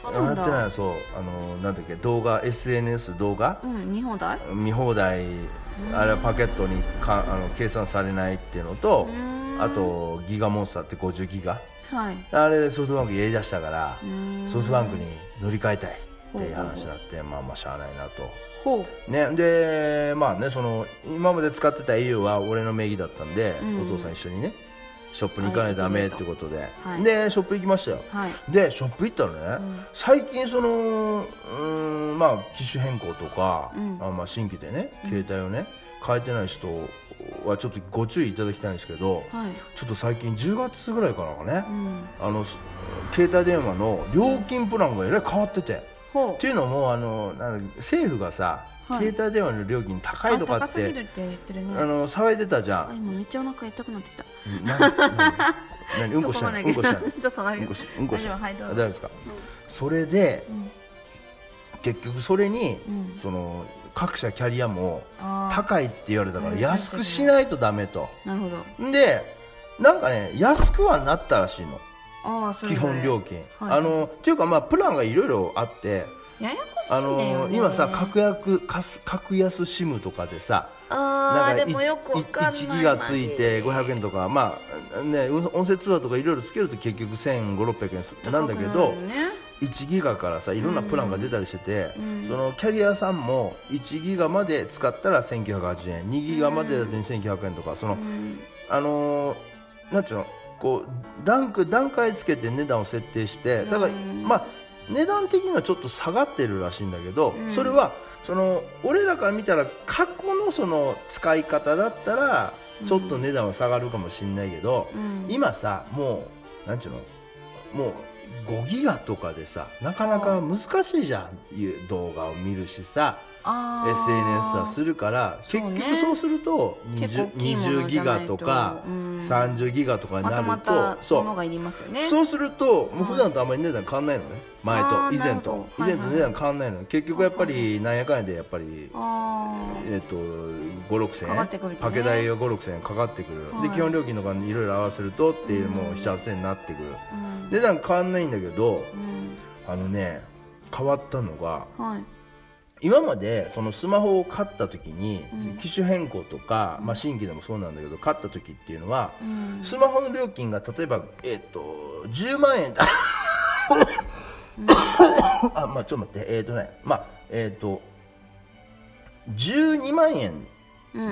そうなんだ
やってないそうあのなんだっけ動画 SNS 動画、
うん見放題
見放題あれはパケットにかあの計算されないっていうのと
うん
あとギガモンスターって50ギガ
はい
あれでソフトバンクやりだしたから
うん
ソフトバンクに乗り換えたいっていう話になってまあまあしゃあないなと。
ほう
ね、でまあねその今まで使ってた au は俺の名義だったんで、
うん
お父さん一緒にねショップに行かないとダメってことで、
はい
でショップ行きましたよ、
はい
でショップ行ったらね、
うん
最近そのうーんまあ機種変更とか、
うん
あまあ、新規でね携帯をね変えてない人はちょっとご注意いただきたいんですけど、
はい
ちょっと最近10月ぐらいからかね
う、ん
あのす携帯電話の料金プランがえらい変わってて。っ
ほ
ていうのもあのなんだ政府がさ、
はい
携帯電話の料金
う
高い
あ
とか
高
っ
すぎる
て
って言ってるね
あの騒いでたじゃ
あ
ん。
今めっちゃお腹痛くなってきた
な 何うんこしたのうんこしたの
ちょっと
うん
投
こ
げ
しうんこした
大丈
の
夫はいどうぞ
あ大丈夫ですか、それで、
ん
結局それに、
うん
その各社キャリアも
あー
高いって言われたか
う
ら
ん
安くしないとダメと。
なるほど
でなんかね安くはなったらしいの
ああそれ
基
ぞれ
本料金。
はい
あのっていうかまあプランがいろいろあって。
ややこしいんだ
あ
よね、
の今さ格安かす格安 SIM とかでさ
あーで
か
もよくわかんない
1ギガついて500円とかまあねうん音声通話とかいろいろつけると結局1500600円なんだけ
高
ど
くなるよね
1ギガからさいろんなプランが出たりしてて、
うん
そのキャリアさんも1ギガまで使ったら1980円2ギガまでだと2900円とかその、
うん
あのーなんちゅうのこうランク段階つけて値段を設定してだから、
うん
まあ値段的にはちょっと下がってるらしいんだけど、
うん
それはその俺らから見たら過去のその使い方だったらちょっと値段は下がるかもしれないけど、
うん
今さもうなんちゅうのもう5ギガとかでさなかなか難しいじゃんいう動画を見るしさ、
あー
SNS はするから
そ
結
うね
局そうすると 20,
結構大きいもの
20
じ
ギ
ゃな
ガ
いと
とか
うん
30ギガとかに
ま
な
た
る
ま
と、
た
そ
もの
う
がいりますよね
そううすると
は
もう
い
普段とあんまり値段変わんないのね前
あ
と
ー
以前
なる
と
ほ
以
どはい
前
はい
と値段変わんないのね結局やっぱりなんやかんやでやっぱり
あー
えっと
かかってく
56000
る
円、
よね
パケ代が56000円かかってくる、
はい
で基本料金とかいろいろ合わせるとっていうもう7000円になってくる、
うん
値段変わんないんだけど
うん
あのね変わったのが
はい
今までそのスマホを買った時に
うん
機種変更とか、まあ、新規でもそうなんだけど買った時っていうのは
うん
スマホの料金が例えば、えっと10万円だあ、まあ、ちょっと待ってえっ、とねまあえっ、と12万円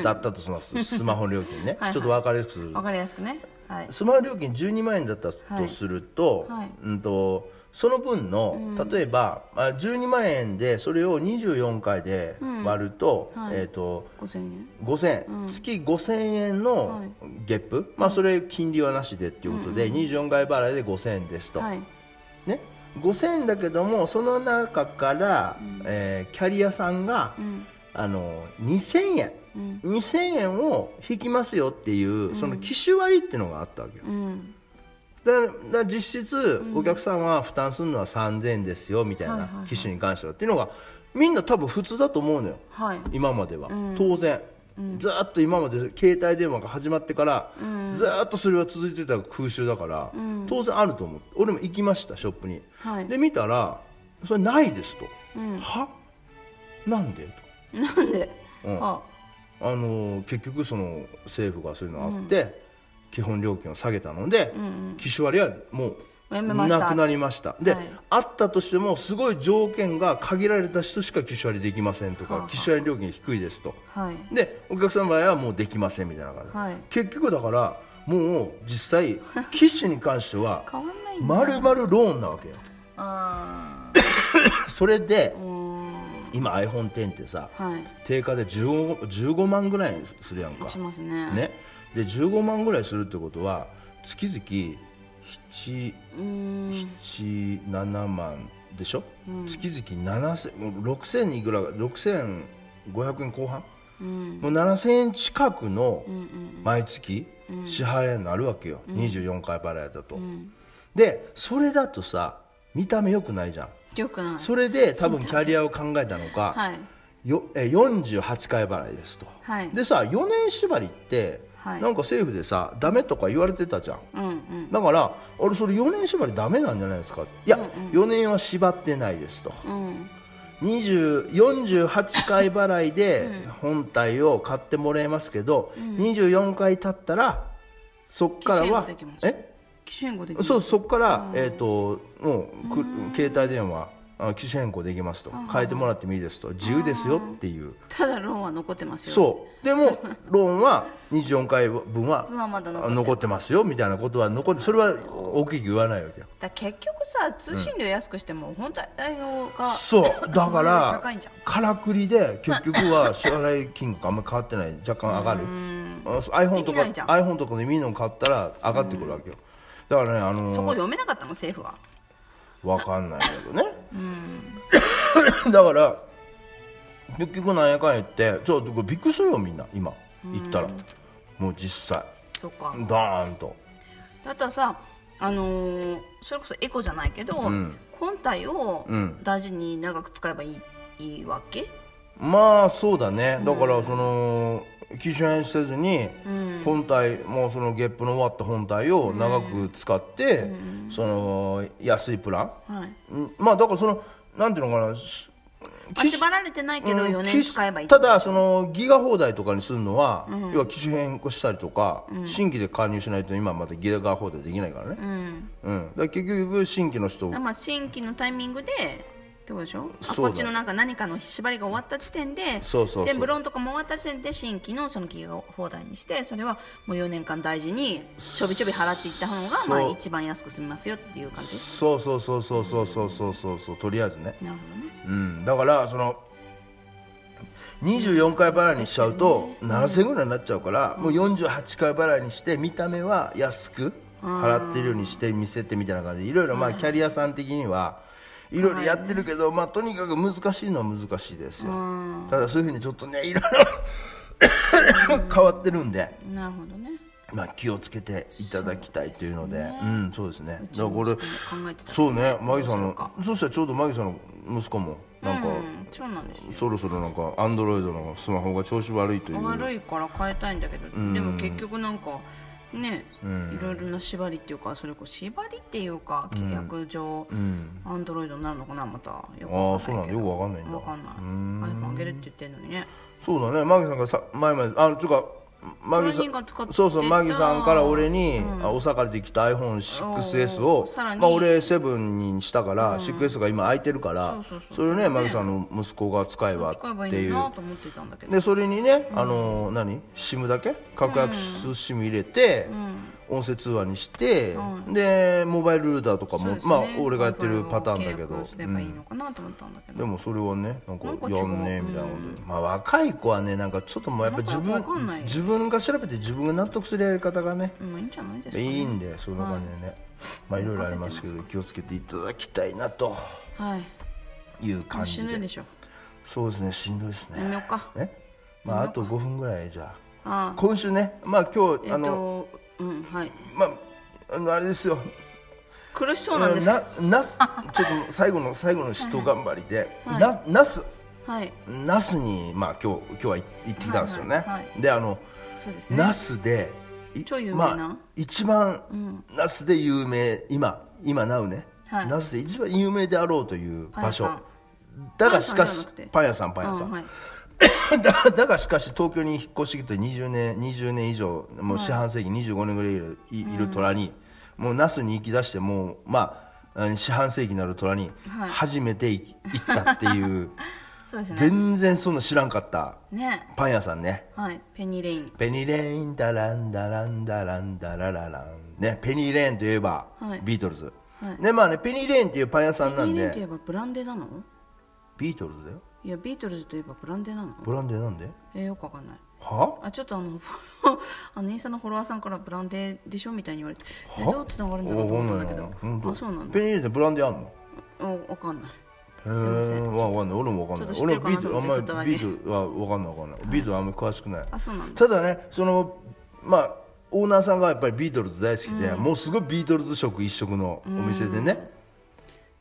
だったとします、スマホ料金ね
はいはい
ちょっと分かりやすくする
わかりやすくねはい
スマホ料金12万円だったとすると,、
はいはい
うん、とその分の、
うん
例えば、まあ、12万円でそれを24回で割ると,、
うんはい
えー、と
5000円
5000、
うん
月5000円
は
の
い
ゲップ、まあ、それ金利はなしでっていうことで、24回払いで5000円ですと、
はい
ね、5000円だけどもその中から、
うん
えーキャリアさんが、
うん
あの2000円
うん
2000円を引きますよっていう、その機種割っていうのがあったわけよ
うん
だだ実質お客さんは負担するのは3000円ですよみたい
はいはいは
ない機種に関してはっていうのがみんな多分普通だと思うのよ
はい
今までは、
うん
当然、ずーっと今まで携帯電話が始まってから、
うん
ずーっとそれは続いてた空襲だから、
うん
当然あると思う俺も行きましたショップに、
はい
で見たらそれないですと、
うん
はなんでと
なんで
うん
あ
あのー結局その政府がそういうのあって、基本料金を下げたので、
うんうん
機種割はもう
やめました
なくなりましたで、
はい
あったとしてもすごい条件が限られた人しか機種割できませんとか、
はあはあ
機種割料金低いですと
はい
でお客さんの場合はもうできませんみたいな感じ、
はい
結局だからもう実際機種に関して は
変わんないんだ
丸々ローンなわけよ
あ
それで
ーうーん
今 iPhone10 ってさ
はい
定価で 15, 15万ぐらいするやんか
しますね
ね、で15万ぐらいするってことは月々7
うーん
7万でしょ、月々7000 6000いくら6500円後半、
うん
もう7000円近くの
うんうん
毎月支払いになるわけよ、24回払いだと、
うん
でそれだとさ見た目良くないじゃん
よくない
それで多分キャリアを考えたのか、
はい
よえ48回払いですと、
はい
でさ4年縛りって、
はい
なんか政府でさダメとか言われてたじゃん
うんうん
だから俺それ4年縛りダメなんじゃないですかいや、4年は縛ってないですと
うん
20 48回払いで本体を買ってもらえますけど、24回経ったらそっからは
機種変更できます
え
機種変更できる
そうそこから、えー、ともうく携帯電話あ機種変更できますと変えてもらってもいいですと自由ですよっていう
ただローンは残ってますよ
そうでもローンは24回分は
まあまだ残ってる
残ってますよみたいなことは残ってそれは大きく言わないわけよ
だから結局さ通信料安くしても本体代が
そうだか
高い
ら
んじゃん
からくりで結局 は支払い金額あんまり変わってない若干上がるあそう iPhone と
でき
か
ないじゃん
iPhone とかでミノン買ったら上がってくるわけよだからねあのー
そこ読めなかったの政府は
わかんないけどね、 だから結局なんやかんや言ってちょっとこれびっくりするよみんな今行ったら、もう実際
そうか
ダーンと
だったらさあのーそれこそエコじゃないけど、
ん
本体を
うん
大事に長く使えばいい,、いいわけ
まあそうだねだからその機種変せずに本体、もうそのゲップの終わった本体を長く使って、その安いプラ
はい
ン、うんまあだからそのなんていうのかなし
まあ
機種
縛られてないけど
うん
4年
機種
使えばいい
ただそのギガ放題とかにするのは、要は機種変更したりとか、新規で加入しないと今またギガ放題できないから
う
ね、
ん
うんだから結局新規の人
だからまあ新規のタイミングでってことでしょあ
そう
こ
だ
っちのなんか何かの縛りが終わった時点で
そうそうそう
全部ローンとかも終わった時点で新規のその企業放題にしてそれはもう4年間大事にちょびちょび払っていった方が
そう
まあ一番安く済みますよっていう感じ
そうそうそうそうそうそうそうそうそうとりあえずね、
なるほどね
うん、だからその24回払いにしちゃうと7000円ぐらいになっちゃうから、もう48回払いにして見た目は安く払ってるようにして見せてみたいな感じでいろいろまあキャリアさん的にはいろいろやってるけど、まあ、とにかく難しいのは難しいですよただそういうふうにちょっとねいろいろ変わってるんで。
なるほどね
まあ、気をつけていただきたいというのでうんそうですねだからこれ
考えてた
そうねマギさん
そう
の
か
そしたらちょうどマギさんの息子もなんか、
うんそうなんですよ
そろそろなんかアンドロイドのスマホが調子悪いという
悪いから変えたいんだけど、でも結局なんかね、いろいろな縛りっていうかそれこう縛りっていうか契約上、アンドロイドになるのかなまたよく
あ
わ
あそうなんだよくわかんないんだ
かんない iPhone あげるって言ってんのにね
そうだねマギさんがさ前まであのちゅうかマギさ
何人が使って
ん
た
そうそうマギさんから俺に、あお下がりできた iPhone6S を
おーさらに
まあ、俺7にしたから、6S が今空いてるから
そうそうそう
れねマギさんの息子が使えば
使えば
っ
い
て
い
いう
なと思ってたんだけど
でそれにね、あの何 SIM だけ格安 SIM 入れて、音声通話にして、でモバイルルーターとか
そ
も、
うですね
まあ俺がやってるパターンだ
iPhone
け
を契約
ど
をすればいいのかなと思ったんだけど、
でもそれはねなんか
な
や
んか違うん
ねみたいなことで、まあ若い子はねなんかちょっともうやっぱ自
なんかよくわかんない
分自分が調べて自分が納得するやり方がね
まあいいんじゃないですか、
い
ね、
いんでそんな感じでね、まあいろいろありますけど気をつけていただきたいなと
はい
いう
も
感
うし
じ
んどい
で
でしょ
そうですねしんどいです
やめよ
ね
うか
えまああと5分ぐらいじゃ
あ
あ
あ
今週ねまあ今
え
日
っ、
あの、
とうんはい
まああのあれですよ
苦しそうなんですけど
ななすちょっと最後の最後の一頑張りで、ななす
はい
ナスに、まあ、今日今日は行行ってきたんですよね、
はいはいは
であの
そうですね
ナスでい
超有名な
まあ、一番、ナスで有名今今なうね、
はい
ナスで一番有名であろうという場所
パン屋
だがしかし
パ
パン屋さんパン屋さ
うん
ん、
はい
だ だがしかし東京に引っ越してきて20年 ,20 年以上もう四半世紀25年ぐらいいる,い、いる虎にもう那須に行き出してもうまあうん四半世紀になる虎に
はい
初めて行き行ったっ ていう、
そうですね
全然そんな知らんかった
ね
パン屋さんね
はいペニーレイン
ペニーレインダランダランダランダララランねペニーレインといえば、
はい
ビートルズ、
はい
ねまあねペニーレインっていうパン屋さんな
ペニ
ん
ーレインとい
で
えばブランデなの
ビートルズだよ
いやビートルズといえばブランデなの
ブランデーなんで
えーよくわかんない
は
あちょっとあの あのインスタのフォロワーさんからブランデでしょみたいに言われてでどうつながるんだろうと思ったんだけ
わ
ど
かんないな
あそうなんだ
ペニーレインってブランデーあんの
おわかんない
へ
すいませ
ー
ん
わかんない俺もわかんない
ちょっ
俺
と
ビ
知っ
ー
て
ト
る
ル
か
あ
なんと
ま
思
り
ってただけ
ビートルはわかんないわかんないビートルあんまり詳しくない
あそうなんだ
ただねそのまあオーナーさんがやっぱりビートルズ大好きで、もうすごいビートルズ色一色のお店でね、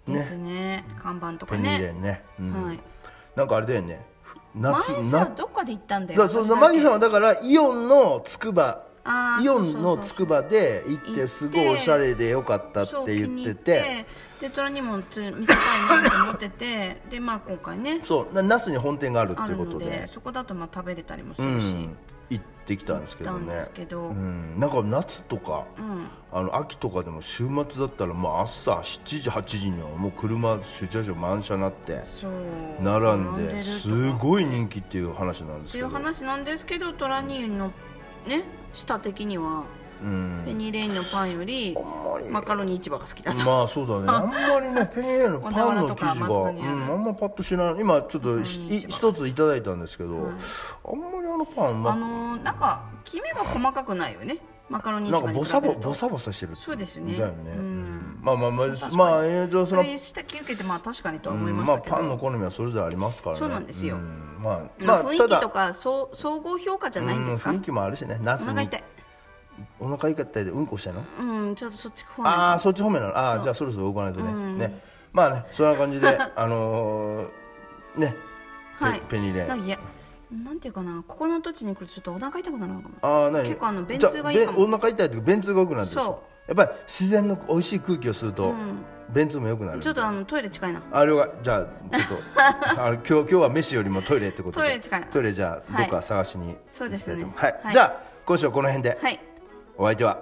ですね看板と
ペ
か
ニーレ
ね
ンね、うん
はい
なんかあれだよね夏
前
な
さどっかで行ったんだ
だ
よ
からそうそうマギさんはだからイオンのつくば
あー
イオ
そうそう
ン
そ
の
う
つくばで行
行っ
っててすごいおしゃれでよかったっ
そう
て
気
言っ
に入
て
っててでトラにもつ見せたいなと思っててでまあ今回 ね
そうな那須に本店がある
あ
って
る
こ
の
と
で
で
そこだとまあ食べれたりもす
う
るし、
ん行ってきたんですけ
行
ど
ったん
ね
ですけど
うんなんか夏とか
うん
あの秋とかでも週末だったらもう朝7時8時にはもう車駐車場満車になって
そう
並ん
ると
で
か
すごい人気っていう話なんで
っ
す
て
け
いう
ど
話なんですけどトラニーのね舌的には
うん
ペニーレインのパンよりマカロニ市場が好きだな、
まあそう だねあんまりねペニエのパ
小
ンの生地が、う
田原とか松戸にある
ん、あんまパッとしない今ちょっとひ
うん
い
一番
一ついただいたんですけど、あんまりあのパンう
あ
ま
のーなんか黄身が細かくないよねマカロニ
く
市
な
場
んか
に比べ
ボ
る
サ
と
ボボサボサしてる
そうですね
だよね、
うん
うんまあまあま
確か
あ
に
まあえーじゃあそ
そ
の
れ指摘受けてまあ確かにとは
う
思い
ん
まし
まあ
たけど、
パンの好みはそれぞれありますからね
そうなんですよ
んまあ、
ま
ま
あ
あ、
雰囲
た
気
だ
とかそう総合評価じゃないんですか、
うん雰囲気もあるしねナ
お
ス
腹
に
痛い
お腹痛かったりでうんこしたいの
うんちょっとそっち方面
ああそっち方面なのあ
そ
あ
う
じゃあそろそろ動かないとね、
うん
ねまあねそんな感じで あのーねペ,、
はい
ペニーレン
なんかいやなんていうかなここの土地に来るとちょっとお腹痛くなるのかも
ああ何
結構あの便通がいいかも
じゃあべお腹痛いというか便通が良くなるでし
そ
ょやっぱり自然の美味しい空気を吸うと、
ん
便通も良くなる
ちょっとあのトイレ近いな
あ了解じゃあちょっとあの今日今日は飯よりもトイレってこと
ト
で
イレ近い
トイレじゃあ、
はい
僕は探しに
そうですね
行きたいと思いますは、
はいい
じゃあ今週はこの辺で、
はい
お相手は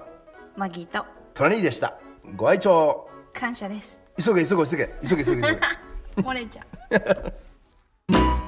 マギーと
トラニーでしたご愛聴
感謝です
急げ急げ急げ急げ急げ急げ
漏れちゃう